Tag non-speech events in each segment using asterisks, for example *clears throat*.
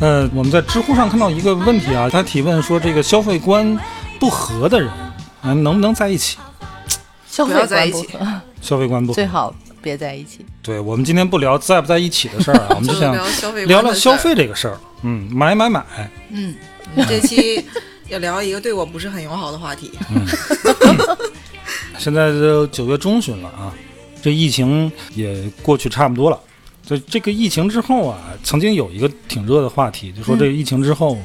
呃，我们在知乎上看到一个问题啊，他提问说这个消费观不合的人啊，能不能在一起？消不费要观在一不起合消费观不合最。好别在一起。对，我们今天不聊在不在一起的事儿啊， *laughs* 我们就就是想聊消费观聊的聊事消儿。费这个事儿。嗯，买买买，嗯， *laughs* 这期要聊一个对我不是很友好的话题。现在都九月中旬了啊，这疫情也过去差不多了。这这个疫情之后啊，曾经有一个挺热的话题，就说这疫情之后，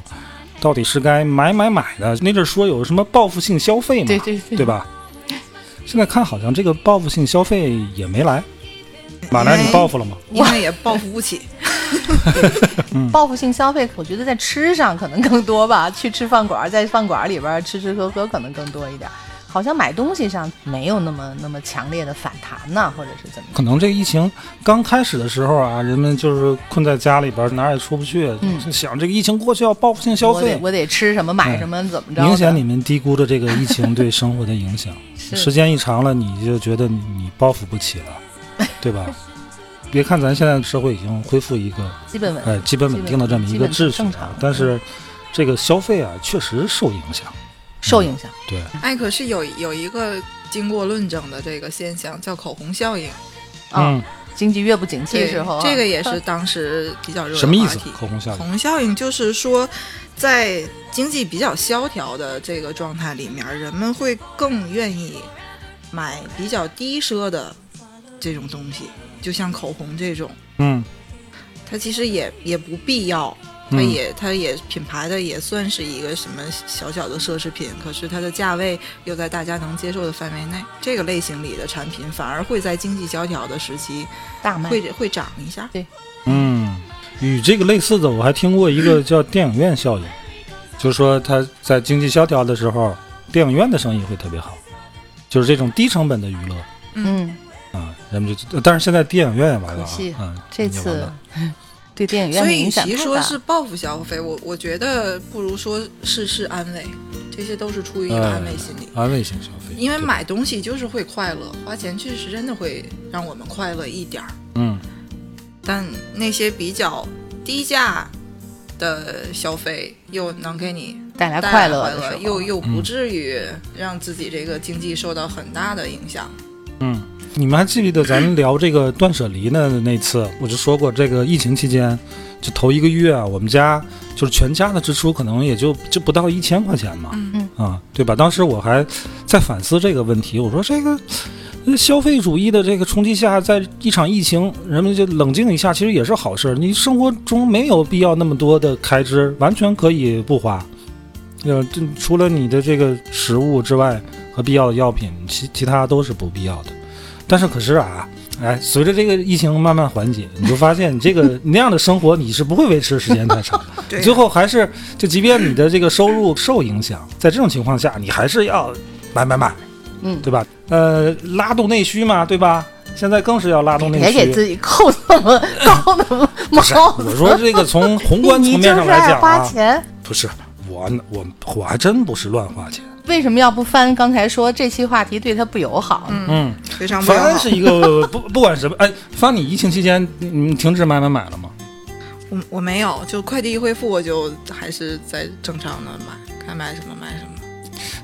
到底是该买买买的？那阵儿说有什么报复性消费嘛，对对对，对吧？现在看好像这个报复性消费也没来。马来，你报复了吗？嗯因为也报复 *laughs* 不起，报复性消费，我觉得在吃上可能更多吧。 *laughs* 去吃饭馆，在饭馆里边吃吃喝喝可能更多一点。好像买东西上没有那么那么强烈的反弹呐、或者是怎么样？可能这个疫情刚开始的时候啊，人们就是困在家里边儿，哪儿也出不去，嗯就想这个疫情过去要报复性消我得费。我得吃什么买什么怎么着的？明显你们低估了这个疫情对生活的影响。时是间一长了，你就觉得你你包袱不起 *laughs* 了，对吧？别看咱现在社会已经恢复一个基本稳。呃基本稳定的这么一个秩基序本正啊常，但是这个消费啊确实受影响。受影响，对，哎，可是有有一个经过论证的这个现象叫口红效应。嗯啊，，经济越不景气对的时候啊，这个也是当时比较热的什么意话思题？口红效口应？红效应就是说，在经济比较萧条的这个状态里面，人们会更愿意买比较低奢的这种东西，就像口红这种。嗯，它其实也也不必要，它嗯也它也品牌的也算是一个什么小小的奢侈品，可是它的价位又在大家能接受的范围内，这个类型里的产品反而会在经济萧条的时期大卖，会会涨一下。嗯，与这个类似的，我还听过一 *laughs* 个叫电影院效应，就是说它在经济萧条的时候，电影院的生意会特别好，就是这种低成本的娱乐。嗯，啊，人们就，但是现在电影院也完了可啊惜，嗯，这也完次了 *laughs* 对电影院所的以，与影响其太说大是报复消费，我我觉得不如说事事安慰，这些都是出于一个哎安慰心理。安慰性消费，因为对，买东西就是会快乐，花钱确实真的会让我们快乐一点儿。嗯，但那些比较低价的消费又能给你带来带快来快乐的时候，嗯又又不至于让自己这个经济受到很大的影响。你们还记不记得咱聊这个断舍离呢？那次我就说过，这个疫情期间，就头一个月啊，我们家就是全家的支出可能也就就不到一千块钱嘛，嗯嗯啊，对吧？当时我还在反思这个问题，我说这个。呃消费主义的这个冲击下，在一场疫情，人们就冷静一下，其实也是好事儿。你生活中没有必要那么多的开支，完全可以不花。呃，这除了你的这个食物之外和必要的药品，其其他都是不必要的。但是可是啊，哎，随着这个疫情慢慢缓解，你就发现你这个 *laughs* 你那样的生活你是不会维持时间太长 *laughs* 的。啊对最后还是就即便你的这个收入受影响，在这种情况下，你还是要买买买，嗯，对吧？呃，拉动内需嘛，对吧？现在更是要拉动内需。别给自己扣那 *laughs* 么高的不是，帽 *laughs* 我子。说这个从宏观 *laughs* 你层就面是上来爱讲花啊，钱，不是我我我还真不是乱花钱，为什么要不翻？刚才说这期话题对他不友好，嗯，非常不友凡好是。一个 *laughs* 不不管什么，哎，凡你疫情期间你你停止买买买了吗？我我没有，就快递一恢复，我就还是在正常的买，该买什么买什么。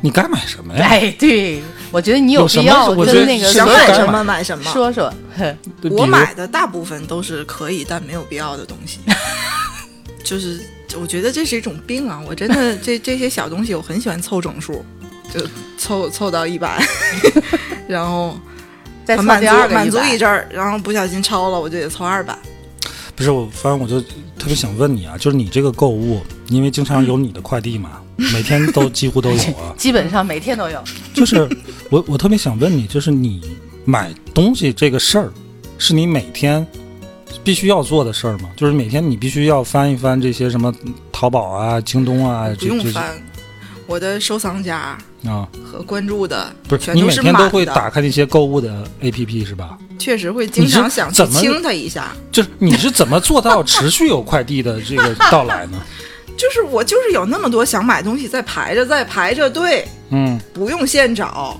你该买什么呀？哎，对，我觉得你有什必么要是我觉得跟那个是想都买该什买么买什么。说说，哼对比我如买的大部分都是可以但没有必要的东西，就是我觉得这是一种病啊！我真的这这些小东西我很喜欢凑整数，就凑凑到 *laughs* 一百，然后再很凑满第足二个满足100。一阵儿，然后不小心超了我就得凑二百。不是我，反正我就特别想问你啊，就是你这个购物，因为经常有你的快递 *laughs* 嘛，每天都几乎都有啊哎基本上每天都有。就是我我特别想问你，就是你买东西这个事儿，是你每天必须要做的事儿吗？就是每天你必须要翻一翻这些什么淘宝啊、京东啊，不这用这翻，我的收藏夹啊，和关注的不是全你都每是天满都会的打开那些购物的 APP 是吧？确实会经你是常想去怎么清它一下。就是你是怎么做到持续有快递的这个到来呢？就是我就是有那么多想买东西在排着，在排着队，嗯，不用现找。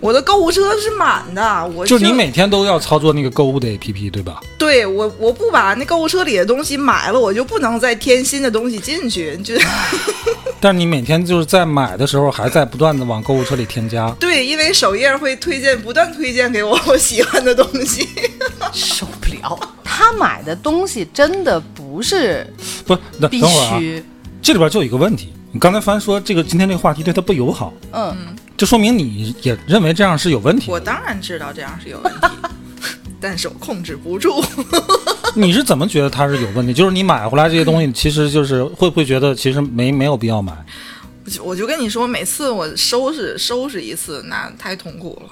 我的购物车是满的，我就是你每天都要操作那个购物的 APP 对吧？对我我不把那购物车里的东西买了，我就不能再添新的东西进去。就，但是你每天就是在买的时候还在不断的往购物车里添加对，因为首页会推荐，不断推荐给我我喜欢的东西。受不了。 *laughs* 他买的东西真的不是不是？等必等会儿啊，须，这里边就有一个问题，你刚才凡说这个今天这个话题对他不友好，嗯，就说明你也认为这样是有问题 *laughs* 我的。当然知道这样是有问题，但是我控制不住。 *laughs* 你是怎么觉得它是有问题？就是你买回来这些东西，其实就是会不会觉得其实没没有必要买？我就我就跟你说，每次我收拾收拾一次，那太痛苦了。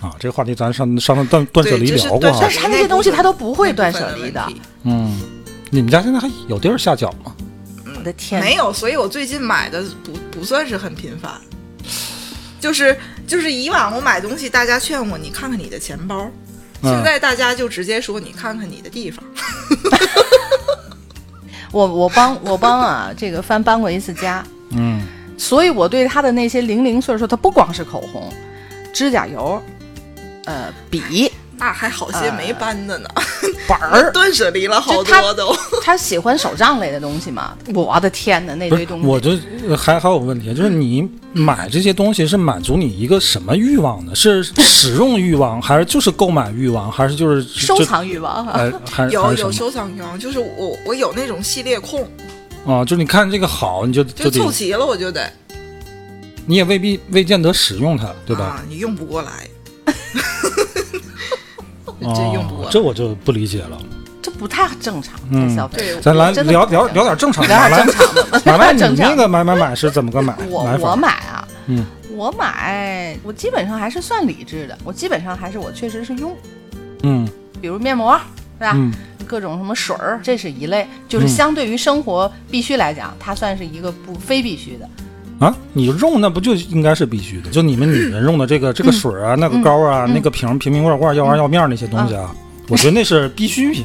啊，这个话题咱上上次断断舍离对就是聊过断舍啊但离。是他那些东西他都不会那部断分舍离的问。题嗯，你们家现在还有地儿下脚吗？我的天，没有，所以我最近买的不不算是很频繁。就是就是以往我买东西，大家劝我你看看你的钱包，嗯现在大家就直接说你看看你的地方。我我帮我帮啊，这个帆搬过一次家，嗯，所以我对他的那些零零碎碎，它不光是口红、指甲油、呃笔、那还好些没搬的呢，本 *laughs* 儿， *laughs* 断舍离了好呃就他多都。他喜欢手账类的东西嘛。我的天哪，那不堆是，东西，嗯我就呃还还有个问题，就是你买这些东西是满足你一个什么欲望呢？是使用欲望，还是就是购买欲望，还是就是呃收？藏欲望哈、还 *laughs* 还还有是什有么收藏装，就是我我有那种系列控，啊？就是你看这个好，你就就就得凑，齐了我就得，你也未必未见得使用它，对吧？啊，你用不过 *laughs* 来，啊这哦用不过来。这我就不理解了。这不太正常嗯的消费。对，咱来真的聊不太聊正聊点正常的，聊马点来正常的，马 *laughs* 来，聊点你正那常的。个买买买是怎么个买？我买法我买啊，嗯，我买，我基本上还是算理智的，我基本上还是我确实是用，嗯比如面膜，是吧？嗯各种什么水儿，这是一类，就是嗯相对于生活必须来讲，它算是一个不非必须的。啊，你用那不就应该是必须的？就你们女人用的这个这个嗯水啊，那个膏啊，那个瓶瓶瓶罐罐、药丸药面那些东西啊，我觉得那是必需品，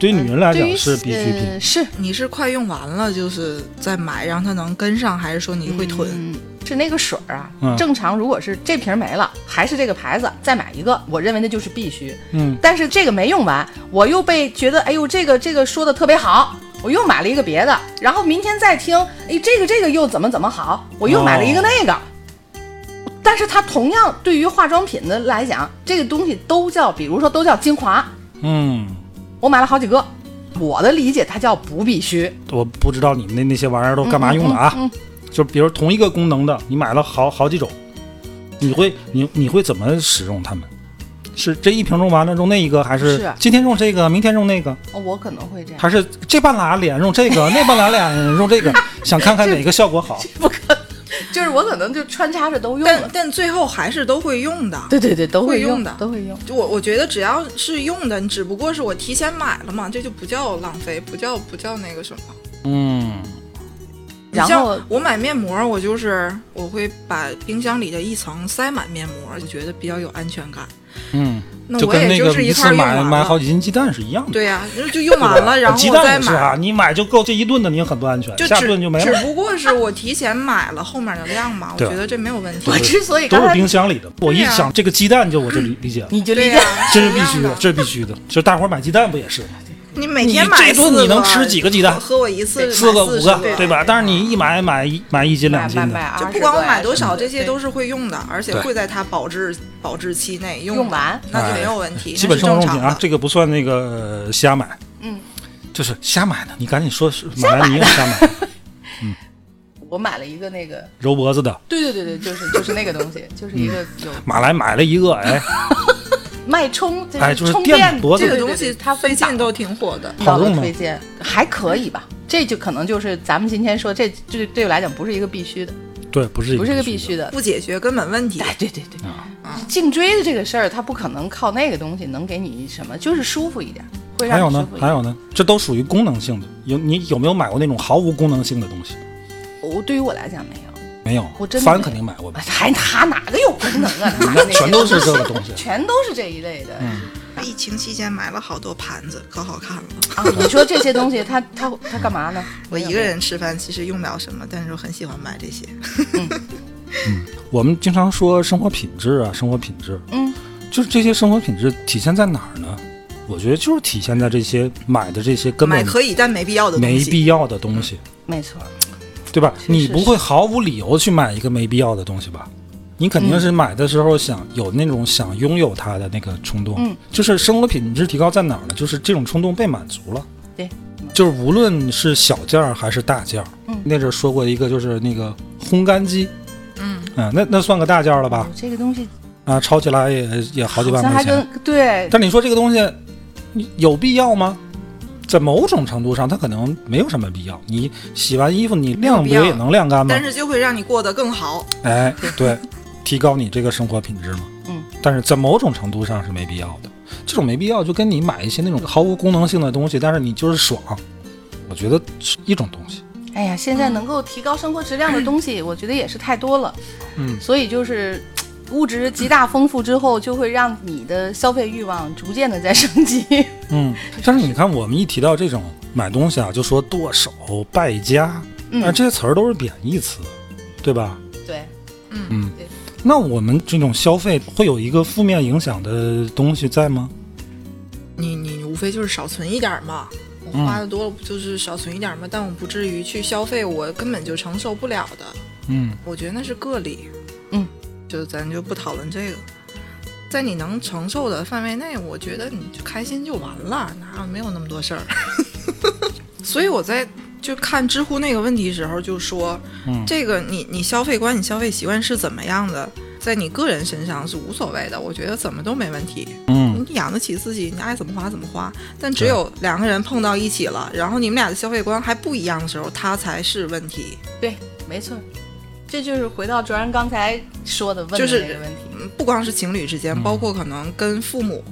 对于女人来嗯对讲于是必需品。呃、是你是快用完了就是再买，让它能跟上，还是说你会囤？嗯是那个水儿啊，嗯正常如果是这瓶没了，还是这个牌子，再买一个，我认为那就是必须。嗯，但是这个没用完，我又被觉得，哎呦，这个这个说的特别好，我又买了一个别的，然后明天再听，哎，这个这个又怎么怎么好，我又买了一个那哦个。但是它同样对于化妆品的来讲，这个东西都叫，比如说都叫精华，嗯，我买了好几个。我的理解，它叫不必须。我不知道你们那那些玩意儿都干嘛用的啊？嗯嗯就比如同一个功能的，你买了好好几种，你会你你会怎么使用它们？是这一瓶用完了用那一个，还是是今天用这个，明天用那个？哦我可能会 *laughs* 这样。还是这半拉脸用这个，那半拉脸用这 *laughs* 个，想看看哪个效果好？就是我可能就穿插着都用但了。但最后还是都会用的。对对对，都会用用的都会用。就我我觉得只要是用的，你只不过是我提前买了嘛，这就不叫浪费，不叫不叫那个什么。嗯，你然 *laughs* 后像我买面膜，我就是我会把冰箱里的一层塞满面膜，就觉得比较有安全感。嗯，那就我跟也那就个是一次块儿用买完买了，好几斤鸡蛋是一样的。对呀、就就用 *laughs* 完了，然后鸡我再蛋也是买，啊，你买就够这一顿的，你也很不安全，就下只顿就没只了，不过是我提前买了，后面的量嘛，我对啊觉得这没有问题我。之所以都刚是才冰箱里的。我一对啊想这个鸡蛋，就我就 *laughs* 理理解了。你就对理呀、解，这是必须一样的，这是必须的。就大伙儿买鸡蛋不也是吗？你每你天买这四顿个，你能吃几个鸡蛋哎我喝我一次买四个四五十个，对吧？但是你一买买一买一斤两买斤买的，买，就不管我买多少，对这些都是会用的，而且对哎会在它保质保质期内用用的完那就没有问题，基本那是生活正用品常啊，的。这个不算那个呃瞎买。嗯，就是瞎买的，你赶紧说是马来尼亚瞎买的，我买了一个那个，揉脖子的。 *laughs* 对对对对，就是就是那个东西，就是一个有马来买了一个， *laughs* 哎，嗯脉冲，哎就是就是充电电脖子对这个对东对西对它最分近享都挺火的，遇到好用了吗推荐还可以吧，这就可能就是咱们今天说这这对我来讲不是一个必须的，对，不是不是一个必须的。须的。不解决根本问题。哎，对对对啊，颈椎的这个事儿，它不可能靠那个东西能给你什么，就是舒服一点，会还让有你舒呢服一，还点。有呢，这都属于功能性的。有你有没有买过那种毫无功能性的东西？我哦对于我来讲没有，没有，我真的帆没哎肯定买过吧？还他哪个有功能啊？他那 *laughs* 那全个。都是这个东西 *laughs* 嗯全都是这一类的。疫情期间买了好多盘子，可好看了。啊，你说这些东西，他他他干嘛呢？我一个人吃饭其实用不了什么，但是我很喜欢买这些。我们经常说生活品质啊，生活品质，嗯，就是这些生活品质体现在哪儿呢？我觉得就是体现在这些买的这些根买本可以但没必要的东没西，必要的东西，没错，对吧？是你是不会毫无理由去买一个没必要的东西吧？你肯定是嗯买的时候想有那种想拥有它的那个冲动，嗯就是生活品质提高在哪儿呢？就是这种冲动被满足了。对，就是无论是小件儿还是大件儿，嗯那阵儿说过一个，就是那个烘干机，嗯，嗯，那那算个大件儿了吧？这个东西啊，炒起来也也好几好万像块还钱。跟对但你说这个东西你有必要吗？在某种程度上，它可能没有什么必要。你洗完衣服，你没有晾不必也要能晾干吗但？是就会让你过得更好。哎，对，提高你这个生活品质嘛。嗯。但是在某种程度上是没必要的。这种没必要，就跟你买一些那种毫无功能性的东西，但是你就是爽，我觉得是一种东西。哎呀，现在能够提高生活质量的东西，我觉得也是太多了。嗯所以就是物质极大丰富之后，就会让你的消费欲望逐渐的在升级。 *laughs* 嗯。但是你看，我们一提到这种买东西啊，就说剁手、败家，啊，嗯，这些词儿都是贬义词，对吧？对，嗯对，那我们这种消费会有一个负面影响的东西在吗？你你无非就是少存一点儿嘛，我嗯花的多了就是少存一点儿嘛，但我不至于去消费我根本就承受不了的，嗯我觉得那是个例。嗯，就咱就不讨论这个，在你能承受的范围内，我觉得你就开心就完了，哪有没有那么多事儿？ *laughs* 所以我在就看知乎那个问题时候就说，嗯这个你你消费观、你消费习惯是怎么样的，在你个人身上是无所谓的，我觉得怎么都没问题。嗯，你养得起自己，你爱怎么花怎么花。但只有两个人碰到一起了，然后你们俩的消费观还不一样的时候，它才是问题。没错，这就是回到卓然刚才说的问就的是那个问题。嗯不光是情侣之间，嗯包括可能跟父母，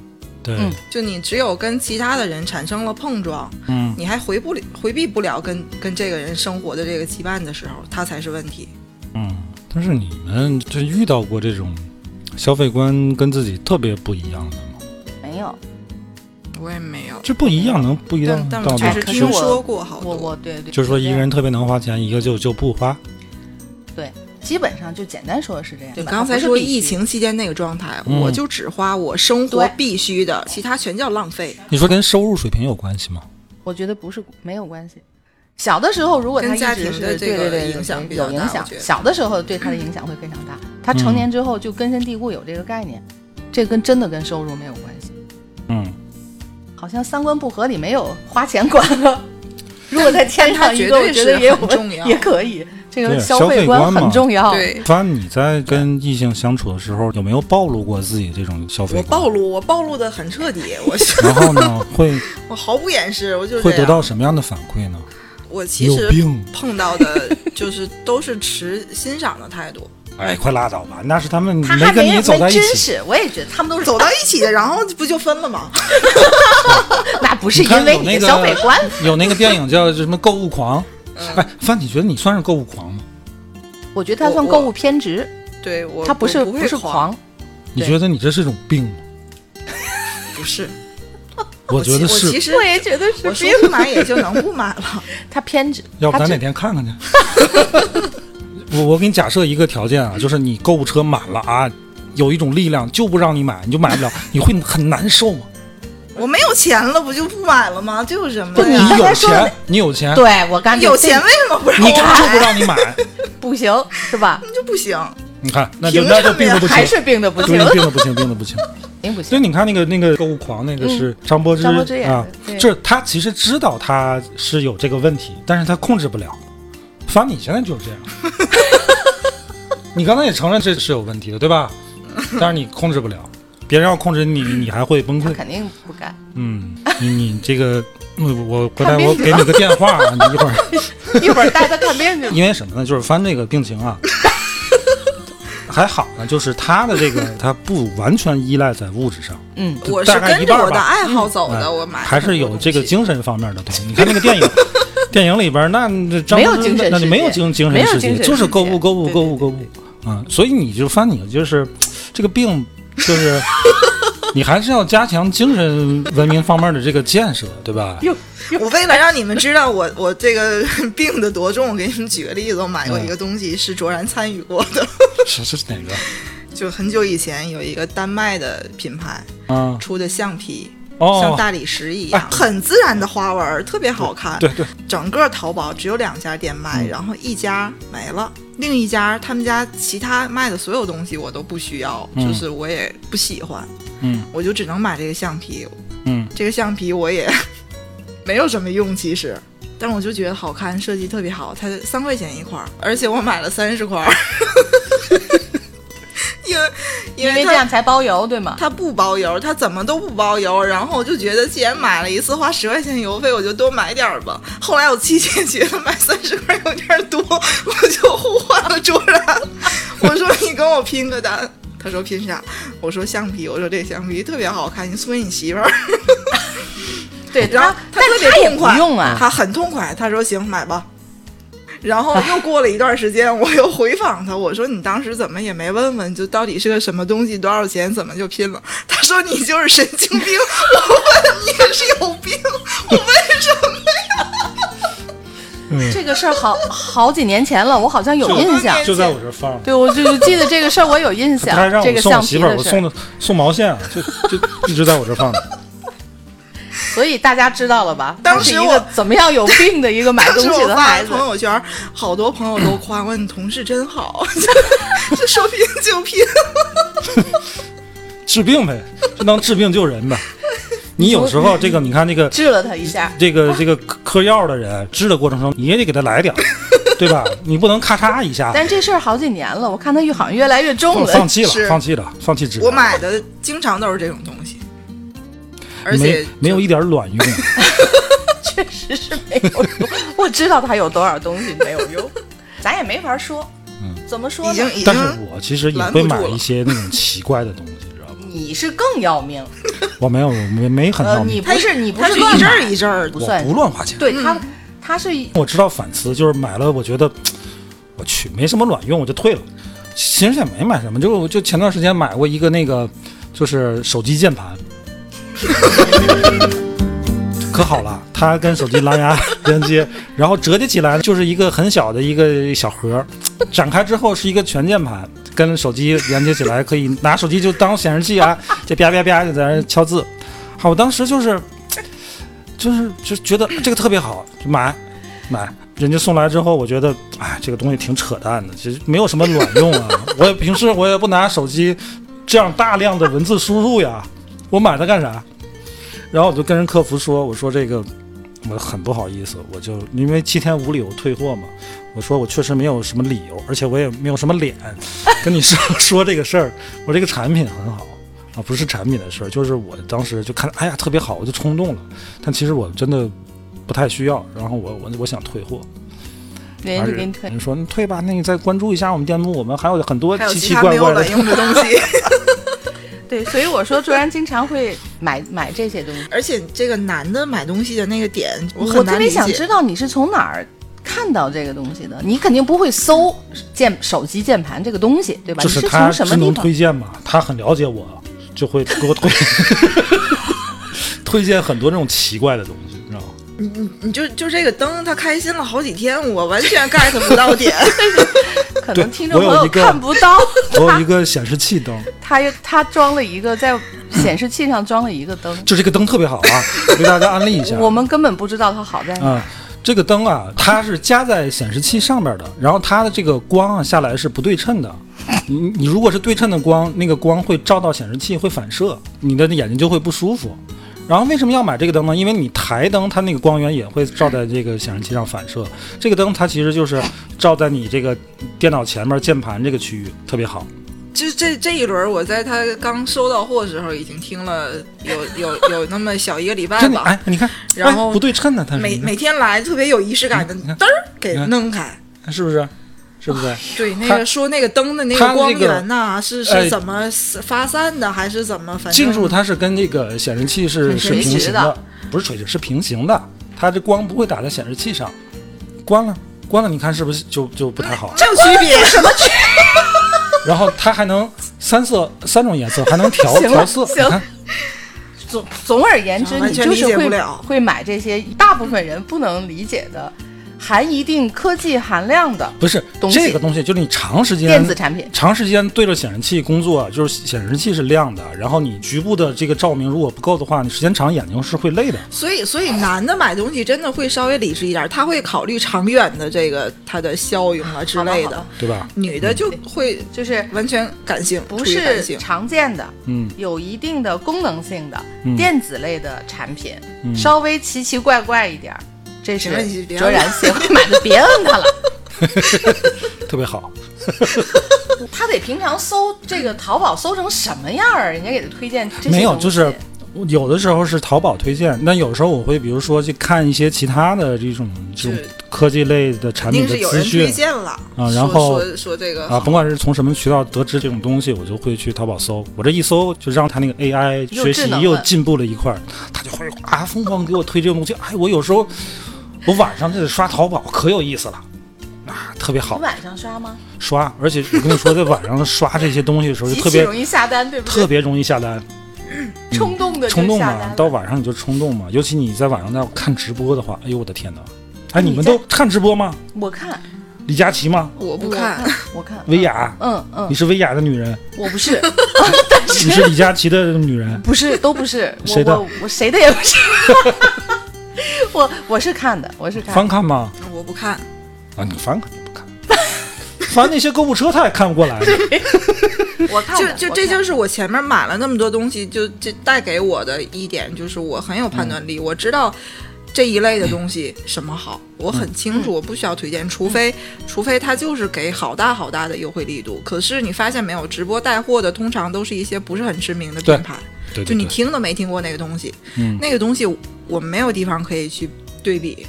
对，嗯就你只有跟其他的人产生了碰撞，嗯你还回不了回避不了跟跟这个人生活的这个羁绊的时候，它才是问题。嗯。但是你们这遇到过这种消费观跟自己特别不一样的吗？没有，我也没有，这不一样能不一样但但到我哪确儿实嗯去？可是听我说过好我多。我对对，就是说是一这样个人特别能花钱，一个就就不花。基本上就简单说的是这样。你吧刚才不是说必须疫情期间那个状态，嗯我就只花我生活对必须的，其他全叫浪费。你说跟收入水平有关系吗？我觉得不是没有关系。小的时候，如果他跟一家直庭是的这对对个对影响对比有较大影我响觉，得小的时候对他的影响会非常大。嗯他成年之后就根深蒂固有这个概念，这跟真的跟收入没有关系。嗯，好像三观不合理，没有花钱管 *laughs* 了。如果在天堂一个，但我它绝对觉是得也有很重要也可以。这个对消消费费观观嘛很重要。对，帆，你在跟异性相处的时候有没有暴露过自己这种消费我观？暴。露，我暴露的很彻底，我是然后 *laughs* 呢，会我毫不掩饰，我就会得这样。到什么样的反馈呢？我其有实病！碰到的就是都是持 *laughs* 欣赏的态度，哎，快拉倒吧，那是他们他嗯没还跟没你走在没一真起。是，我也觉得他们都是 *laughs* 走到一起的，然后不就分了吗？那不是你看因为有你那的个消费观，有那个电影叫什么《购物狂》？哎，范，你觉得你算是购物狂吗？我觉得他我算我购物偏执，对我，他不是我不不会是，狂，你对觉得你这是一种病吗？不是， *laughs* 我觉得其我其是，实我也觉得是我说不买也就能不买了， *laughs* 他偏执，要不他咱只哪天看看去？ *laughs* 我我给你假设一个条件啊，就是你购物车满了啊，有一种力量就不让你买，你就买不了，你会很难受吗？我没有钱了，不就不买了吗？这有什么不呀？你刚才有啊说的钱，你有钱，对我刚有钱为什么不让你就我不让你买，不行 *laughs* 是吧？就不行？你看那就凭那什就么病呀的不还行，是病的不对行，那病的不行，病的不行。病不所以行。你看那个那个购物狂，那个是张柏芝张柏芝演的啊对，就是他其实知道他是有这个问题，但是他控制不了。反正你现在就是这样，你刚才也承认这是有问题的，对吧？但是你控制不了，别人要控制你，你还会崩他溃。肯定不干，嗯，你你这个，嗯我回来看病我去给你个电话啊，你一会儿，一会儿带他看 *laughs* 病去。因为什么呢？就是翻这个病情啊。还好呢，就是他的这个，他不完全依赖在物质上，嗯，我是大概跟一着半我儿的吧爱好走哎的，我买还是有这个经。精神方面的东西。你看那个电影，电影里边那这张没有精神那那就世没有界精精没神有世界，精神就是世购界物购物对购对物对购物啊，所以你就发现你就是这个病就是。你还是要加强精神文明方面的这个建设，对吧？我为了让你们知道我 *laughs* 我这个病的多重，我给你们举个例子，我买嗯过一个东西是卓然参与过的，是是哪个？就很久以前有一个丹麦的品牌啊，出的橡皮，像哦，大理石一哎样，很自然的花纹儿，特别好看。对对，整个淘宝只有两家店卖，嗯然后一家没了，另一家他们家其他卖的所有东西我都不需要，嗯就是我也不喜欢，嗯我就只能买这个橡皮。嗯这个橡皮我也 *laughs* 没有什么用，其实，但我就觉得好看，设计特别好，才三块钱一块儿，而且我买了三十块儿， *laughs* 因为因因为为它这样才包邮，对吗？它不包邮，它怎么都不包邮。然后我就觉得，既然买了一次花十块钱邮费，我就多买点儿吧。后来我期间觉得买 *laughs* 三十块有点儿多，我就互换了卓然。我说你跟我拼个单，他说拼啥？我说橡皮，我说这橡皮特别好看，你送给你媳妇儿。对，然后他他但特别他也痛不快 *laughs* 用啊，他很痛快，他说行买吧。然后又过了一段时间，我又回访他，我说你当时怎么也没问问，就到底是个什么东西，多少钱，怎么就拼了？他说你就是神经病，我问你是有病，我为什么？这个事儿好好几年前了，我好像有就印象。就在我这儿放着。对，我就记得这个事儿，我有印象他还。让这我个送我橡媳皮妇儿，的我事送儿，的送毛线啊，就就一直在我这儿放着。所以大家知道了吧？当他是时一我个怎么样有病的一个买当东时西我的发孩了子朋，友圈，好多朋友都夸我你同事真好， *laughs* 这说拼就拼。治病呗，就当治病救人呗。你有时候这个，你看那个治了他一下。这个这个嗑嗑药的人治的过程中，你也得给他来点儿，对吧？你不能咔嚓一下但这事儿好几年了，我看他越好像越来越重放了 *laughs* 放。弃了，是放弃了，放弃治疗。我买的经常都是这种东西，而且没没有一点卵用，确实是没有用。我知道他有多少东西没有 *laughs* 用，咱也没法说。嗯怎么说已呢经？已但是经我其实也拦会不住买了一些那种奇怪的东西，知道吗？你是更要 *laughs* 命，我没有，我没没很呃，要你命，不是你不它是是乱一阵买，儿一阵儿的不我算不乱花钱。对他嗯他是我知道反思，就是买了，我觉得我去没什么卵用，我就退了。其实也没买什么，就就前段时间买过一个那个，就是手机键盘， *laughs* 可好了，它跟手机蓝牙 *laughs* 连接，然后折叠起来就是一个很小的一个小盒儿，展开之后是一个全键盘，跟手机连接起来，可以拿手机就当显示器啊，就啪啪啪就在那儿敲字。好，我当时就是就是就觉得这个特别好，就买买。人家送来之后，我觉得，哎，这个东西挺扯淡的，其实没有什么卵用啊。我也平时我也不拿手机这样大量的文字输入呀，我买它干啥？然后我就跟人客服说，我说这个我很不好意思，我就因为七天无理由退货嘛，我说我确实没有什么理由，而且我也没有什么脸跟你说说这个事儿。我这个产品很好啊，不是产品的事儿，就是我当时就看，哎呀，特别好，我就冲动了。但其实我真的不太需要，然后我我我想退货，人家就给你推人，家说你退吧，那你再关注一下我们店铺，我们还有很多还有奇其奇他怪没怪有的卵。用的东西。对，所以我说卓然经常会买买这些东西。而且这个男的买东西的那个点，我我很特难别理解。想知道你是从哪儿看到这个东西的？你肯定不会搜键手机键盘这个东西，对吧？就你是他从什智么地能方推荐嘛，他很了解我，就会给我推 *laughs* 推荐很多这种奇怪的东西，你知 *laughs* 道吗？你就就这个灯，他开心了好几天，我完全 get 不 *laughs* 到点。可对能听众我有朋友一个看不到， *laughs* 我有一个显示器灯，他他装了一个在显示器上装了一个灯，就这个灯特别好 *laughs* 啊，我给大家安利一下。我们根本不知道它好在哪。嗯啊、这个灯啊，它是加在显示器上边的，然后它的这个光啊下来是不对称的。你你如果是对称的光，那个光会照到显示器，会反射，你的眼睛就会不舒服。然后为什么要买这个灯呢？因为你台灯，它那个光源也会照在这个显示器上反射。这个灯它其实就是照在你这个电脑前面键盘这个区域，特别好。就这这一轮，我在他刚收到货的时候，已经听了有有有那么小一个礼拜真的，吧。哎，你看，然后哎、不对称呢，它是嗯每你看每天来特别有仪式感的，你看嘚儿给你看弄开。是不是？是不是？对，那他个说那个灯的那他那个光个源呐、是哎是怎么发散的，还是怎么？反正进入它是跟这个显示器是很是垂平直行的的，不是垂直，是平行的。它这光不会打在显示器上，关了关了，你看是不是就就不太 *laughs* 好？这有区别什么？然后它还能三色三种颜色，还能调 *laughs* 行调了色，行你看嗯总总而言之，啊你完全就是理解会不了会买这些大部分人不能理解的、含一定科技含量的不是东西这个东西，就是你长时间电子产品。长时间对着显示器工作，就是显示器是亮的，然后你局部的这个照明如果不够的话，你时间长眼睛是会累的。所以，所以男的买东西真的会稍微理智一点，他会考虑长远的这个它的效用啊之类好吧好的吧。对吧？女的就会就是完全感性，不出于感是性。常见的，嗯，有一定的功能性的、嗯电子类的产品，嗯稍微奇奇怪怪一点儿，这是行了你别卓然协会买的，别摁它了。 *laughs* 特别好。他得平常搜这个淘宝搜成什么样儿，人家给他推荐这些没有，东西就是有的时候是淘宝推荐，但有时候我会比如说去看一些其他的这种这种是科技类的产肯品的定是有资人推讯荐了啊然后说说说这个啊，甭管是从什么渠道得知这种东西，我就会去淘宝搜。我这一搜，就让他那个 AI 又学习智能了又进步了一块儿，他就会啊疯狂给我推这种东西。哎，我有时候我晚上就得刷淘宝，可有意思了。啊，特别好你晚上刷吗？刷，而且我跟你说，在晚上刷这些东西的时候，就极特其别容易下单，对不特对？别容易下单。 *laughs* 冲动的就冲动下嘛单，到了。晚上你就冲动嘛，尤其你在晚上在看直播的话，哎呦我的天哪！哎，你你们在都看直播吗？我看李佳琦吗？我不我看，， *laughs* 我看薇，娅，嗯嗯你，是薇娅的女人，我不是， *laughs* 你是李佳琦的女人。不是，都不是，谁的我我我谁的也不是， *laughs* 我我是看的，我是看的翻看吗？我不看。啊，你翻看你不看？翻那些购物车他也看不过 *laughs* 来。我看就的，就我这看就的是我前面买了那么多东西，就这带给我的一点就是我很有判断力，嗯我知道这一类的东西什么好，嗯我很清楚，我不需要推荐，除非除非它就是给好大好大的优惠力度。可是你发现没有，直播带货的通常都是一些不是很知名的对品牌，对就对你对，听都没听过那个东西，嗯，那个东西我没有地方可以去对比，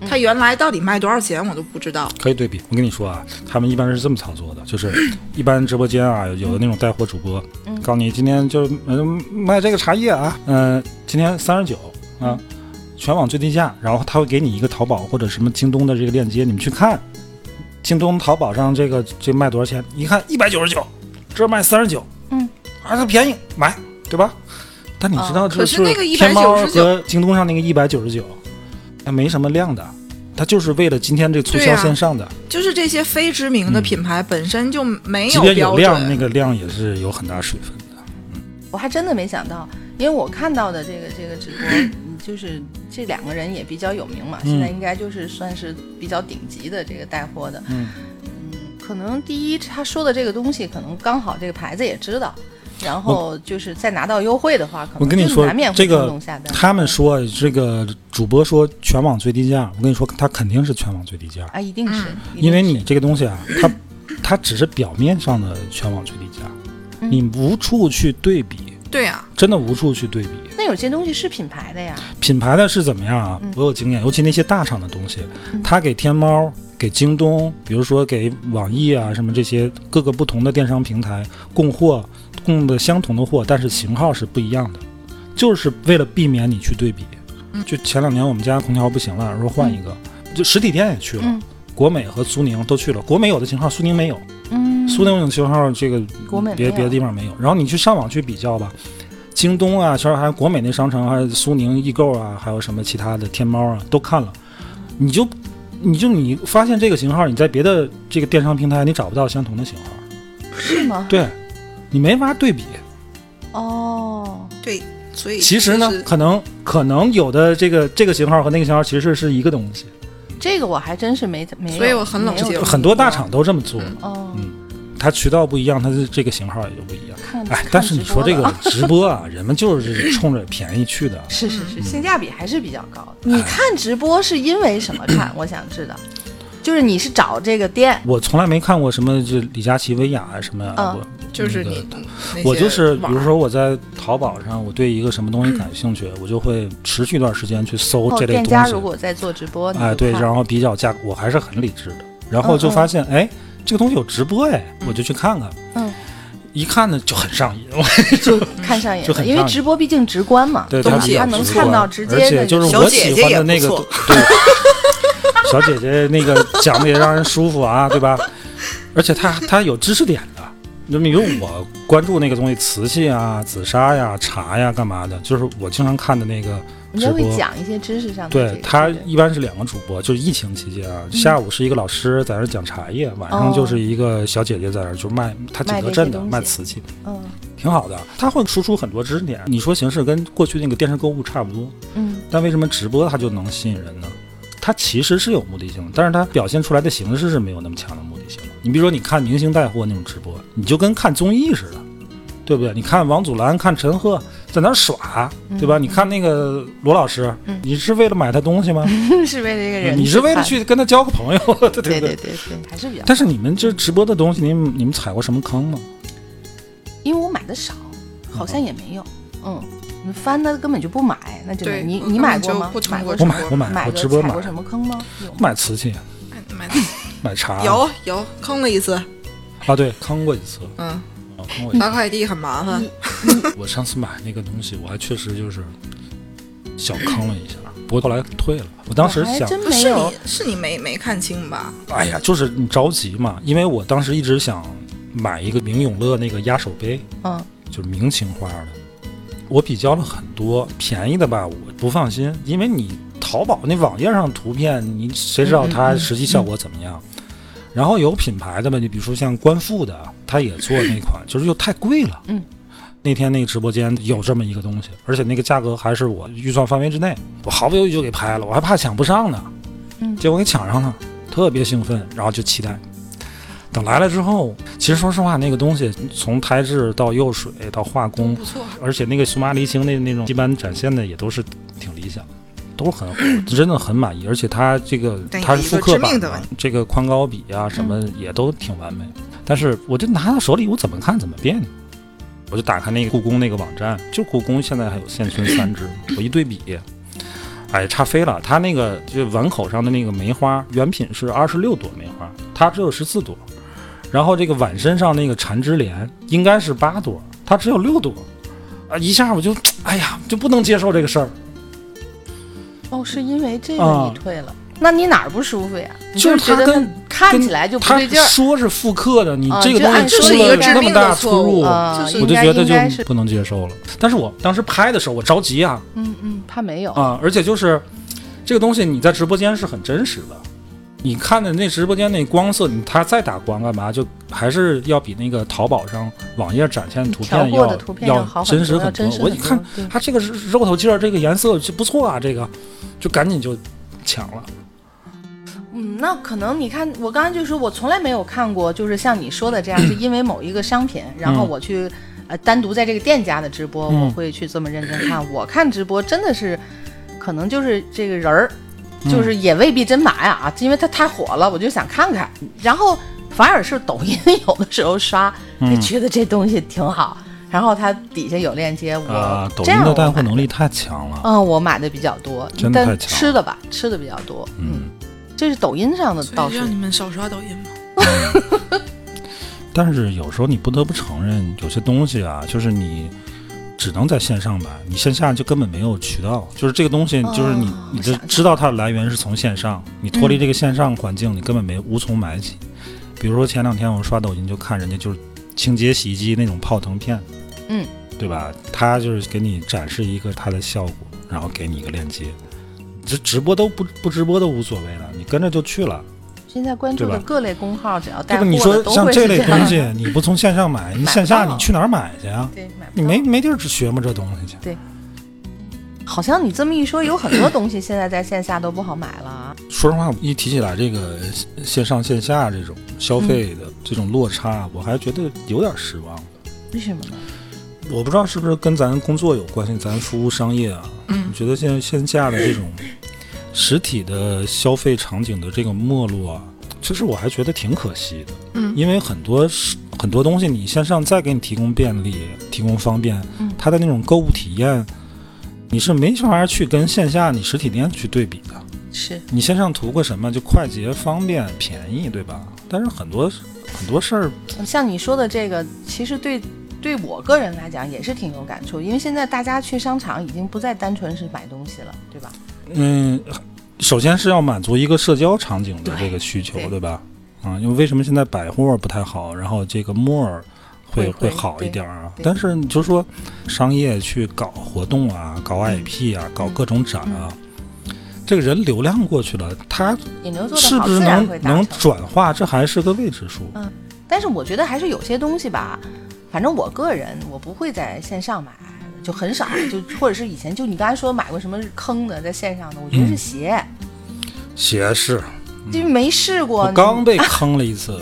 嗯它原来到底卖多少钱我都不知道。可以对比。我跟你说啊，他们一般是这么操作的， *coughs* 就是一般直播间啊，有的那种带货主播，告诉你今天就嗯卖这个茶叶啊，嗯、今天三十九啊，全网最低价，然后他会给你一个淘宝或者什么京东的这个链接，你们去看，京东、淘宝上这个这卖多少钱？一看一百九十九，这儿卖三十九，嗯，啊，它便宜，买，对吧？但你知道，就啊可是那个天猫199和京东上那个一百九十九，它没什么量的，它就是为了今天这促对销啊线上的。就是这些非知名的品牌本身就没嗯即有便有标量，那准，个量也是有很大水分的。我还真的没想到，因为我看到的这个这个 *laughs* 直播，嗯就是这两个人也比较有名嘛，嗯现在应该就是算是比较顶级的这个带货的。嗯可能第一他说的这个东西，可能刚好这个牌子也知道，然后就是再拿到优惠的话，可我能跟你就说难免这会个冲动下单。他们说这个主播说全网最低价，我跟你说，他肯定是全网最低价，啊，一定嗯是，一定因为你是这个东西啊，它它只是表面上的全网最低价，嗯你无处去对比，对啊呀、真的无处去对比。那有些东西是品牌的呀，品牌的是怎么样啊？嗯我有经验，尤其那些大厂的东西，它给天猫、给京东，比如说给网易啊什么这些各个不同的电商平台供货，供的相同的货，但是型号是不一样的，就是为了避免你去对比。嗯就前两年我们家空调不行了，说换一个，就实体店也去了。嗯国美和苏宁都去了，国美有的型号，苏宁没有。嗯，苏宁有型号，这个国美嗯别没有别的地方没有。然后你去上网去比较吧，京东啊，其实还有国美那商城，还有苏宁易购啊，还有什么其他的天猫啊，都看了，你就你就你发现这个型号，你在别的这个电商平台你找不到相同的型号，嗯是吗？对你没法对比。哦，对，所以其实呢就是，可能可能有的这个这个型号和那个型号其实是一个东西，这个我还真是没没有，所以我很冷没有静听很多大过厂都嗯这么做，哦，它渠道不一样，它的这个型号也就不一样。看哎嗯看，但是你直说播这的个啊直播啊，人们就是冲着便宜去的。啊是是嗯是，性价比还是比较高的。哎你看直播是因为什么看？我想知道，就是你是找这个店，我从来没看过什么就李佳琦、薇娅啊什么啊，嗯我就是那个你，那我些就是比网如说我在淘宝上，我对一个什么东西感兴趣，我就会持续一段时间去搜哦，这类店家如东西，果在做直播，你哎，就对，看然后比较价格，我还是很理智的，然后就嗯嗯发现哎，这个东西有直播哎，我就去看看，嗯，一看呢就很上瘾，就看上眼就了，很因为上瘾直播毕竟直观嘛，对东它西比较它能直看观到直接而的且就是小我姐喜姐欢也的不那个错， *laughs* 对，小姐姐那个讲的也让人舒服啊，对吧？而且它它有知识点的，那么比如我关注那个东西，瓷器啊、紫砂呀、茶呀、干嘛的，就是我经常看的那个人直家会播。讲一些知识上的这对个他啊对对嗯一般是两个主播，就是疫情期间啊，下午是一个老师在那儿讲茶叶，晚上就是一个小姐姐在那儿就卖，她哦卖景德这些镇的东卖西瓷器，嗯挺好的。他会输出很多知识点，你说形式跟过去那个电视购物差不多，嗯 *laughs* 但为什么直播它就能吸引人呢？它其实是有目的性的，但是它表现出来的形式是没有那么强的目的性的。你比如说，你看明星带货那种直播，你就跟看综艺似的，对不对？你看王祖蓝、看陈赫在那儿耍，嗯对吧？你看那个罗老师，你是为了买他东西吗？ *laughs* 是为了这个人，你是为了，去跟他交个朋友， *laughs* 对对对对对对对，还是比较，但是你们这直播的东西，你们你们踩过什么坑吗？因为我买的少，好像也没有，嗯，你翻的根本就不买，那就对你我你根买本过就吗不？冲买过我过直什买我播买买我过直播踩买过什么坑吗？有吗买啊瓷器，买买茶有有坑了一次，啊，对，坑过一次，嗯，啊，坑过一次。发快递很麻烦，我上次买那个东西，我还确实就是小坑了一下，不过后来退了。我当时啊我还想，真不嗯没是有你，是你没没看清吧？哎呀，就是你着急嘛，因为我当时一直想买一个明永乐那个压手杯，嗯就是明清花的。我比较了很多便宜的吧，我不放心，因为你淘宝那网页上图片，你谁知道嗯它实际效果怎么样？然后有品牌的吧，你比如说像官复的，它也做那款，就是又太贵了。嗯，那天那个直播间有这么一个东西，而且那个价格还是我预算范围之内，我毫不犹豫就给拍了，我还怕抢不上呢。嗯结果给抢上了，特别兴奋，然后就期待。等来了之后，其实说实话，那个东西从胎质到釉水到化工，不错，而且那个苏麻离青那那种，一般展现的也都是挺理想的，都很 *clears throat* 火，真的很满意。而且它这个但它是有一复个刻致版命的嗯嘛问题这个宽高比啊什么也都挺完美。但是我就拿到手里，我怎么看怎么别扭。我就打开那个故宫那个网站，就故宫现在还有现存三只，我一对比，哎，差飞了。它那个就碗口上的那个梅花，原品是二十六朵梅花，它只有十四朵。然后这个碗身上那个缠枝莲应该是八朵，它只有六朵，啊，一下我就，哎呀，就不能接受这个事儿。哦，是因为这个啊你退了，那你哪儿不舒服呀？你就是觉它得跟它看起来就不他对劲儿，说是复刻的，你啊这个就东按西说出是一了个那么大致命的错出误入，啊就是我就应该觉得应该是就不能接受了。但是我当时拍的时候，我着急啊嗯嗯，他没有，啊！而且就是这个东西，你在直播间是很真实的。你看的那直播间那光色，你它再打光干嘛？就还是要比那个淘宝上网页展现的图嗯调片过要的图片要好要真很多，实要很真实我一很多看，对它这个是肉头劲儿，这个颜色就不错啊，这个就赶紧就抢了。嗯，那可能你看，我刚刚就说，我从来没有看过，就是像你说 *coughs* 的这样，是因为某一个商品，然后嗯我去呃单独在这个店家的直播，我嗯会去这么认真看。我看直播真的是，可能就是这个人儿，嗯就是也未必真买啊，因为他太火了，我就想看看。然后反而是抖音有的时候刷，就嗯觉得这东西挺好，然后它底下有链接，我、啊，抖这音样的我带货买能力太强了。嗯，我买的比较多，真的太但强吃的吧，吃的比较多，嗯，这是抖音上的倒所以是让你们少刷抖音吧。 *laughs* 但是有时候你不得不承认，有些东西啊，就是你只能在线上买，你线下就根本没有渠道。就是这个东西，就是你、哦你就我想起来嗯知道它的来源是从线上，你脱离这个线上环境，你根本没无从买起。比如说前两天我刷抖音就看人家就是清洁洗衣机那种泡腾片，嗯，对吧？它就是给你展示一个它的效果，然后给你一个链接。这直播都不不直播都无所谓了，你跟着就去了。现在关注对的吧各类公号，只要带这货个你的说都像会这是类样东西，你不从线上买，你买线不下到嗯你去哪儿买去啊？对，买不你到没。没地儿去学摸这东西去。 *clears throat* 好像你这么一说，有很多东西现在在线下都不好买了啊。说实话，一提起来这个线上线下这种消费的这种落差，我还觉得有点失望。 *clears throat* 为什么呢？我不知道是不是跟咱工作有关系，咱服务商业啊，嗯我觉得现在线下的这种实体的消费场景的这个没落啊，其实我还觉得挺可惜的。嗯因为很多是很多东西，你线上再给你提供便利、提供方便嗯，它的那种购物体验，你是没法去跟线下你实体店去对比的。是你线上图个什么，就快捷、方便、便宜，对吧？但是很多很多事儿，呃像你说的这个，其实对对我个人来讲也是挺有感触，因为现在大家去商场已经不再单纯是买东西了，对吧？嗯，首先是要满足一个社交场景的这个需求，对对吧？啊、因为为什么现在百货不太好，然后这个 mall 会会会好对一点儿啊对？但是你就说商业去搞活动啊，搞嗯 IP 啊，搞各种展啊，这个人流量过去了，他引流嗯做是得好，不是自然会能达能成。转化？这还是个未知数。但是我觉得还是有些东西吧，反正我个人我不会在线上买，就 *laughs* 很少，就或者是以前就你刚才说买过什么坑的在线上的，我觉得是嗯鞋，嗯斜视，因为没试过。我刚啊被坑了一 *laughs* 次，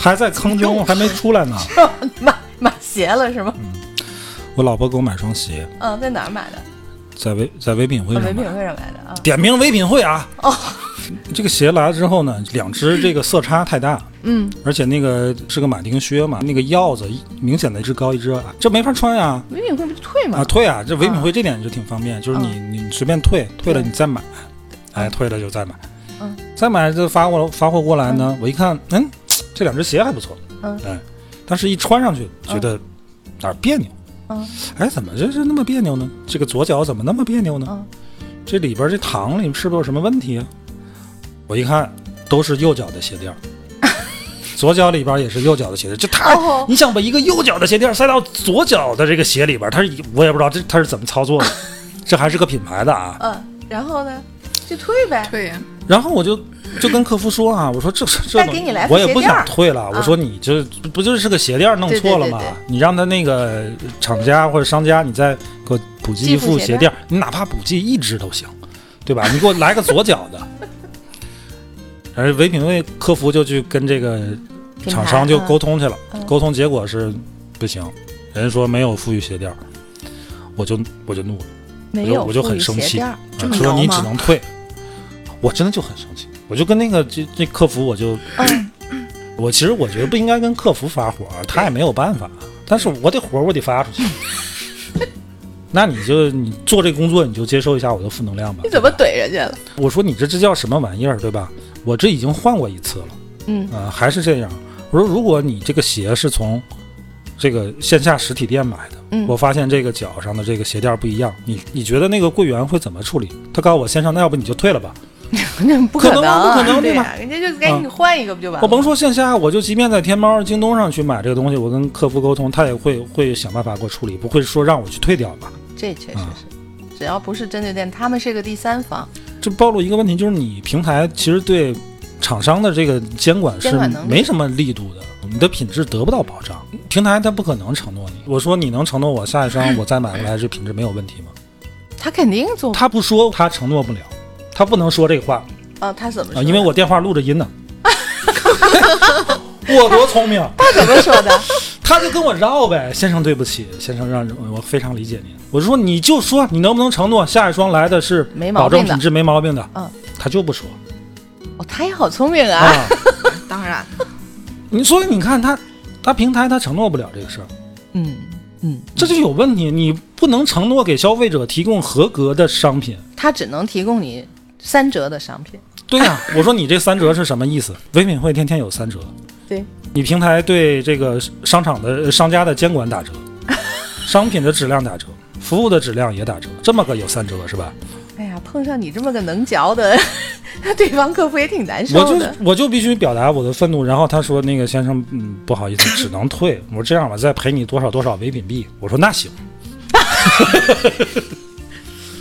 还在坑中，还没出来呢。你 *laughs* 买买鞋了是吗？嗯我老婆给我买双鞋，嗯，在哪儿买的？在唯在唯品会啊上唯买品的。会上买的啊。点名唯品会啊！哦，这个鞋来了之后呢，两只这个色差太大，嗯，而且那个是个马丁靴嘛，那个腰子一明显的一只高一只矮，这没法穿呀、唯品会不就退啊！吗？退啊，这唯品会这点就挺方便，就是你你随便退，退了嗯对你再买，哎，退了就再买，嗯，再买这发过发货过来呢，我一看，嗯，这两只鞋还不错，嗯哎，但是一穿上去觉得哪儿别扭，嗯，哎，怎么这是那么别扭呢？这个左脚怎么那么别扭呢？嗯这里边这糖里是不是有什么问题啊？我一看都是右脚的鞋 *laughs* 垫儿，左脚里边也是右脚的鞋垫儿，这太、哦你想把一个右脚的鞋垫儿塞到左脚的这个鞋里边儿，它是我也不知道这它是怎么操作的，这还是个品牌的啊。嗯，然后呢，就退呗。对呀、然后我就就跟客服说啊，我说这这再东给你来副我也不鞋垫儿啊想退了，我说你这不不就是个鞋垫儿弄对对错了对吗对？你让他那个厂家或者商家，你再给我补寄寄一副副鞋鞋垫儿，你哪怕补寄一只都行，对吧？你给我来个左脚的。 *laughs* 而唯品会客服就去跟这个品牌厂商就嗯沟通去了，嗯沟通结果是不行，人家说没有富裕鞋垫儿，我就我就怒了，没我就有我就很赋予生鞋气垫儿这么说着你吗只能退，我真的就很生气，我就跟那个这这客服我就，嗯我其实我觉得不应该跟客服发火，他也没有办法，但是我得活儿我得发 *laughs* 出去。那你就你做这工作，你就接受一下我的负能量吧。你怎么怼人家了？我说你这这叫什么玩意儿，对吧？我这已经换过一次了，嗯啊、还是这样。我说如果你这个鞋是从这个线下实体店买的，嗯我发现这个脚上的这个鞋垫不一样，你你觉得那个柜员会怎么处理？他告诉我先生，那要不你就退了吧。那不可能能啊，啊不可能对对吧呀、人家就给你换一个不就完我了？甭说线下，我就即便在天猫、京东上去买这个东西，我跟客服沟通，他也会会想办法给我处理，不会说让我去退掉吧？这确实啊是，只要不是针对店，他们是个第三方，这暴露一个问题，就是你平台其实对厂商的这个监管是监管能力没什么力度的，你的品质得不到保障。平台它不可能承诺你。我说你能承诺我下一双我再买回来这品质没有问题吗？他肯定做不。他不说，他承诺不了，他不能说这话啊，他怎么说啊，的？因为我电话录着 *laughs* 音呢。我多聪明，他怎么 *laughs* 说的？他就跟我绕呗。先生，对不起，先生让我非常理解您。我说你就说你能不能承诺下一双来的是没毛保证病的品质没毛病的？嗯，他就不说哦，他也好聪明啊！啊。当然，你所以你看他，他平台他承诺不了这个事儿，嗯嗯，这就有问题。你不能承诺给消费者提供合格的商品。他只能提供你三折的商品。对呀、我说你这三折是什么意思？唯品会天天有三折，对，你平台对这个商场的商家的监管打折，商品的质量打折，服务的质量也打折，这么个有三折是吧？哎呀，碰上你这么个能嚼的， *laughs* 对方客户也挺难我受就的。我就必须表达我的愤怒。然后他说：“那个先生，嗯，不好意思，只能退。”我说：“这样吧，再赔你多少多少唯品币。”我说：“那行。”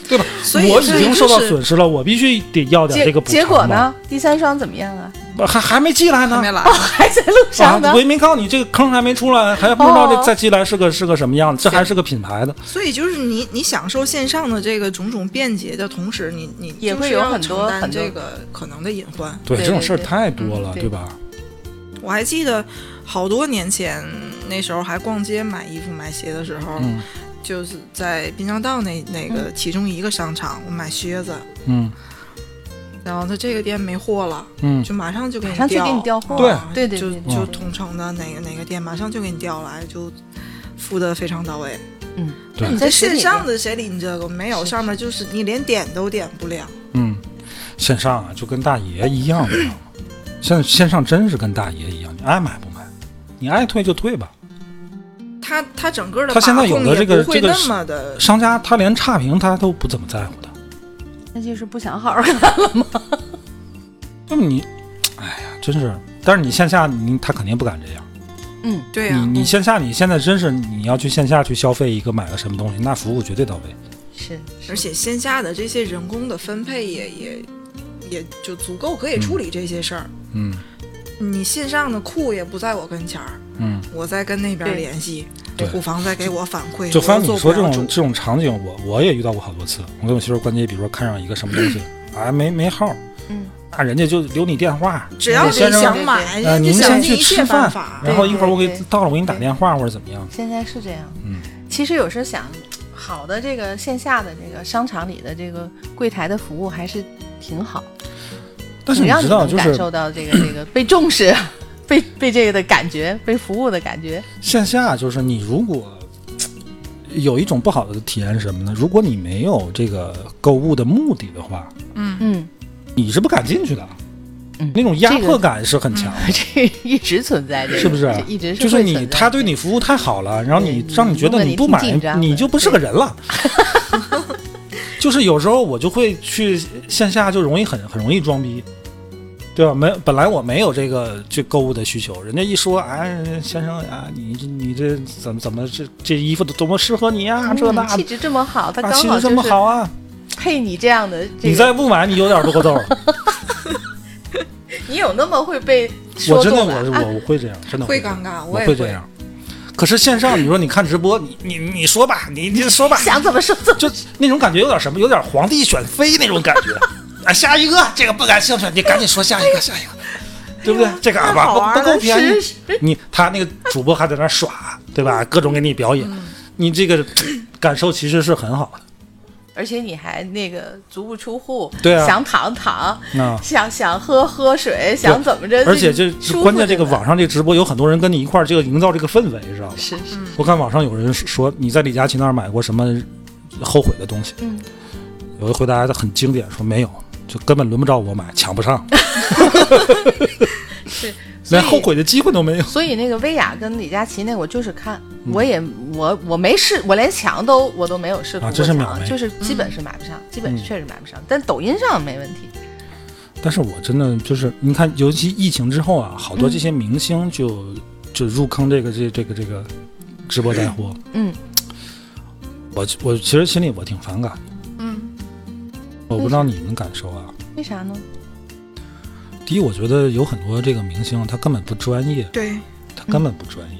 对吧？所以我已经受到所以就是损失了，我必须得要点结这个补偿结果嘛？呢？第三双怎么样啊？还还没寄来还呢没，来， *laughs* *laughs* 还在路上呢啊，。我也没告诉你这个坑还没出来，还不知道哦这再寄来是个是个什么样，这还是个品牌的。所以就是你你享受线上的这个种种便捷的同时，你你也就是会有要很承多担很多这个可能的隐患。对，对这种事儿对对太多了，嗯对对吧？我还记得好多年前，那时候还逛街买衣服、买鞋的时候，嗯就是在滨江道那那嗯个其中一个商场，我买靴子，嗯然后他这个店没货了，嗯，就马上就给马你上就调，给你调货啊对对对就对对就同城的哪个哪个店马上就给你调来，就付的非常到位。嗯，对你在在实体线店上的谁理你这个？没有，上面就是你连点都点不了。嗯，线上啊就跟大爷一样， *clears throat* 你知道吗？现在线上真是跟大爷一样，你爱买不买，你爱退就退吧。他他整个的他现在有的这个把控也这不个会是那么的，商家他连差评他都不怎么在乎的。那就是不想好好看。那么你，哎呀，真是，但是你线下你他肯定不敢这样。嗯，对啊呀、你你线下你现在真是你要去线下去消费一个买个什么东西，那服务绝对到位。 *laughs* 是是而且线下的这些人工的分配也也也就足够可以处理这些事儿。嗯你线上的库也不在我跟前儿，嗯，我在跟那边对联系对，库房在给我反馈，就我翻又你做说不这了种主。这种场景，我我也遇到过好多次。我跟我媳妇儿逛街，比如说看上一个什么东 *clears throat* 西，啊没没号，嗯，那人家就留你电话，只要你你先生想哎买，呃，人您家先想去尽一吃切办饭法，。然后一会儿我给对对到了我给你打电话或者怎么样。现在是这样。嗯，其实有时候想，好的这个线下的这个商场里的这个柜台的服务还是挺好，但是挺你让知你道，能就感是受到这个这个被重 *laughs* 视，被被这个的感觉，被服务的感觉。线下就是你如果有一种不好的体验是什么呢？如果你没有这个购物的目的的话，嗯，你是不敢进去的。嗯那种压这个迫感是很强的，这 *laughs* 一直存在，这个是不是啊这？一直就是会你存在他的对你服务太好了，然后你对让你觉得弄得不你买挺紧，张的你就不是个人 *laughs* 了。就是有时候我就会去线下，就容易很很容易装逼，对吧？没本来我没有这个这购物的需求，人家一说，哎，先生啊，你这你这怎么怎么这这衣服多么适合你呀、这嗯那气质这么好，他啊，刚气好质这么就是好啊，配你这样的这你个，再不买，你有点落 *laughs* 后。你有那么会被我说真的动吧我啊我我会这样，真的会这样尴尬，我也会这样。可是线上，你说你看直播，你你你说吧，你你说吧，想怎么说怎么就那种感觉有点什么，有点皇帝选妃那种感觉。 *laughs* 啊，下一个，这个不感兴趣，你赶紧说下 *laughs* 一个，下一个，对不对？这个太啊哎好吧，玩不了不够便宜是是，你他那个主播还在那儿耍，对吧？各种给你表嗯演，你这个感受其实是很好的。而且你还那个足不出户，对啊想躺躺，那想想喝喝水，想怎么着，而且这嗯舒服关键这个着呢网上这个直播，有很多人跟你一块儿这个营造这个氛围，知道吧？是是，我看网上有人说你在李佳琦那儿买过什么后悔的东西，嗯，有一回答的很经典，说没有，就根本轮不着我买，抢不上，是所连以后悔的机会都没有。所以那个薇娅跟李佳琦那个我就是看，嗯我也我我没试，我连抢都我都没有试过啊抢，真是秒没就是基本是买不上，基本嗯是确实买不上，但抖音上没问题。 *laughs* 但是我真的就是，你看，尤其疫情之后啊，好多嗯这些明星就、就入坑这个这这个这个直播带货，嗯，我我其实心里我挺反感的，嗯，我不知道嗯你们感受啊。为啥呢？第一，我觉得有很多这个明星他根本不专业，对，他嗯根本不专业。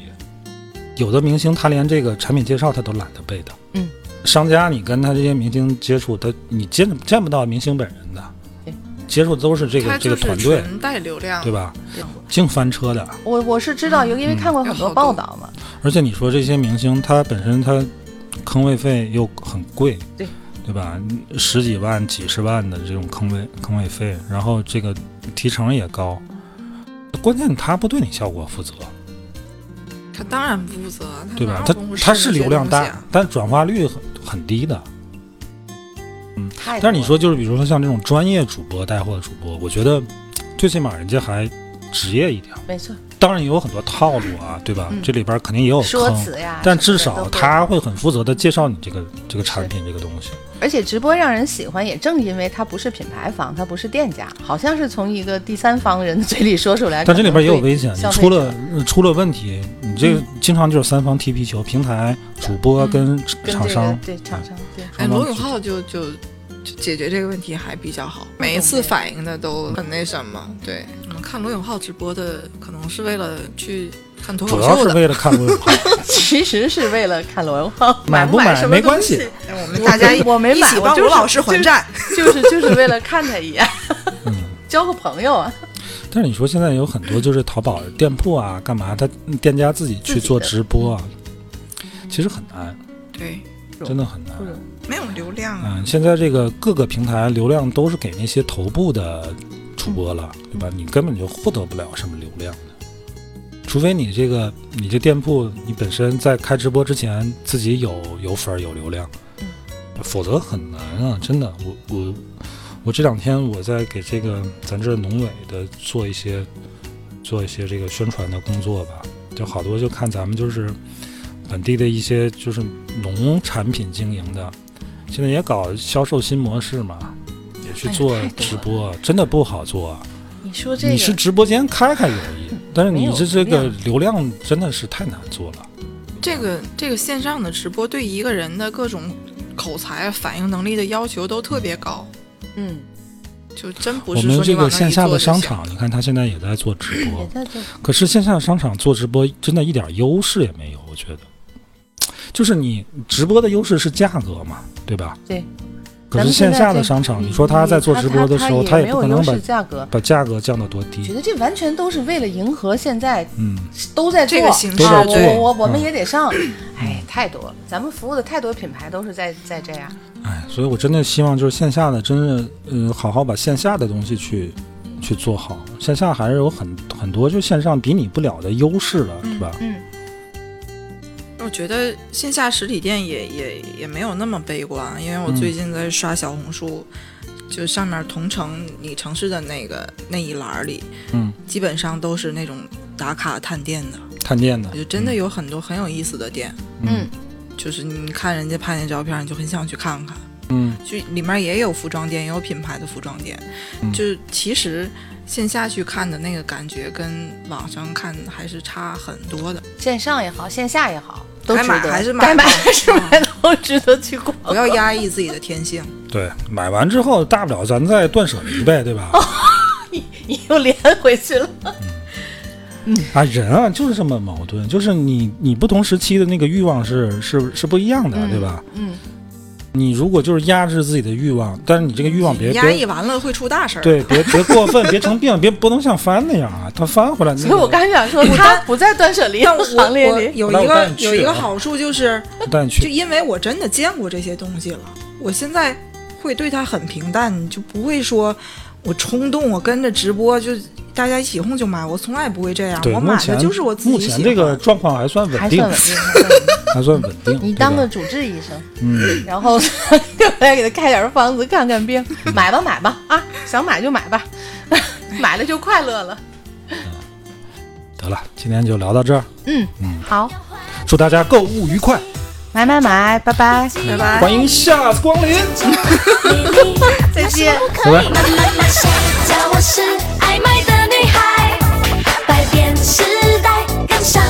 有的明星他连这个产品介绍他都懒得背的。嗯，商家你跟他这些明星接触，他你见见不到明星本人的对，接触都是这个他这就个是团队，纯带流啊量，对？吧？对净翻车的。我我是知道，有因为看过很多报道嘛，而且你说这些明星，他本身他坑位费又很贵，对对吧？十几万、几十万的这种坑位坑位费，然后这个提成也高，关键他不对你效果负责，嗯他当然不负责，对吧哪？有他功夫他试是这流些量东西大啊，但转化率很很低的。太多但是你说，就是比如说像这种专业主播带货的主播，我觉得最起码人家还职业一点。了没错，当然也有很多套路啊，对吧？嗯这里边肯定也有说哦坑，辞呀，但至什么的少都会他会很负责的介绍你这个这个产品这个东西。而且直播让人喜欢，也正因为它不是品牌方，它不是店家，好像是从一个第三方人的嘴里说出来。但这里边也有可能对危险，你消费出者了呃出了问题，你这个嗯经常就是三方踢皮球，平台、主播跟跟厂这商个。对厂商对。哎，双方罗永浩就就就解决这个问题还比较好，每一次反应的都很那什么。对，我们看罗永浩直播的，可能是为了去看脱主口要秀是的。为了看罗永浩，其实是为了看罗永浩，买不不买什么没东关西系，我们大家一我没一买起我帮就吴是老师就还是债。就是就是为了看他一眼，嗯 *laughs* 交个朋友啊。但是你说现在有很多就是淘宝店铺啊，干嘛他店家自己去做直播啊，嗯其实很难，对，真的很难。不容没有流量啊。嗯，现在这个各个平台流量都是给那些头部的主播了，对吧？你根本就获得不了什么流量的，除非你这个你这店铺你本身在开直播之前自己有有粉儿有流量，否则很难啊！真的，我我我这两天我在给这个咱这农委的做一些做一些这个宣传的工作吧，就好多就看咱们就是本地的一些就是农产品经营的，现在也搞销售新模式嘛，也去哎呀做太多直了播，真的不好做啊。 *laughs* 你说这个嗯你是直播间开开有益，但是没你有这这流个量流量真的是太难做了。这个这个线上的直播对一个人的各种口才、反应能力的要求都特别高，嗯，就真不我是们说你这往个那一线下坐的就商行。场，你看他现在也在做直播也，在做可是线下商场做直播真的一点优势也没有，我觉得。就是你直播的优势是价格嘛，对吧？对。可是线下的商场，你说他在做直播的时候，他也不可没有优能把势价格。把价格降到多觉低。得这完全都是为了迎合现在嗯，都在做这个形式啊，对我我我们嗯也得上，哎，太多了，咱们服务的太多品牌都是在在这样，哎，所以我真的希望就是线下的，真的，呃，好好把线下的东西去去做好。线下还是有很很多就线上比拟不了的优势了，对吧？嗯，嗯我觉得线下实体店也也也没有那么悲观，因为我嗯最近在刷小红书，就上面同城你城市的那个那一栏儿里，嗯，基本上都是那种打卡探店的，探店的我，就真的有很多很有意思的店，嗯就是你看人家拍那照片，你就很想去看看。嗯就里面也有服装店，也有品牌的服装店，嗯就是其实线下去看的那个感觉跟网上看还是差很多的。线上也好，线下也好，都该值买得，还是买该买吧还是买，都值得去 *laughs* 逛。不要压抑自己的天性，对，买完之后大不了咱再断舍离呗，对吧？你又连回去了， *laughs* 啊，人啊就是这么矛盾，就是你你不同时期的那个欲望是是是不一样的，对吧？嗯，你如果就是压制自己的欲望，但是你这个欲望别压抑别完了会出大事儿。对别别过分，别成病，别不能像翻那样啊，他翻回来那个。所以我刚想说，他不在断舍离但 *laughs* 我行列我里，有那一我带个你去有一个啊好 *laughs* 处就是，带你就去，因为我真的见过这些东西了，我现在会对它很平淡，你就不会说我冲动，我跟着直播就大家一起哄就买，我从来不会这样。对，我目买前的就是我自目己前喜欢。这个状况还算稳还定算，稳定 *laughs* 还还算算稳定。稳定。 *laughs* 你对当吧个主治医生，嗯，然后 *laughs* 来给他开点方子看看病，买吧买吧啊，想买就买吧， *laughs* 买了就快乐了。得了，今天就聊到这儿，嗯，好，祝大家购物愉快，买买买，拜拜，拜拜，欢迎下次光临。 *laughs* 再见。可以慢慢发现，叫我是爱买的女孩，百变时代跟上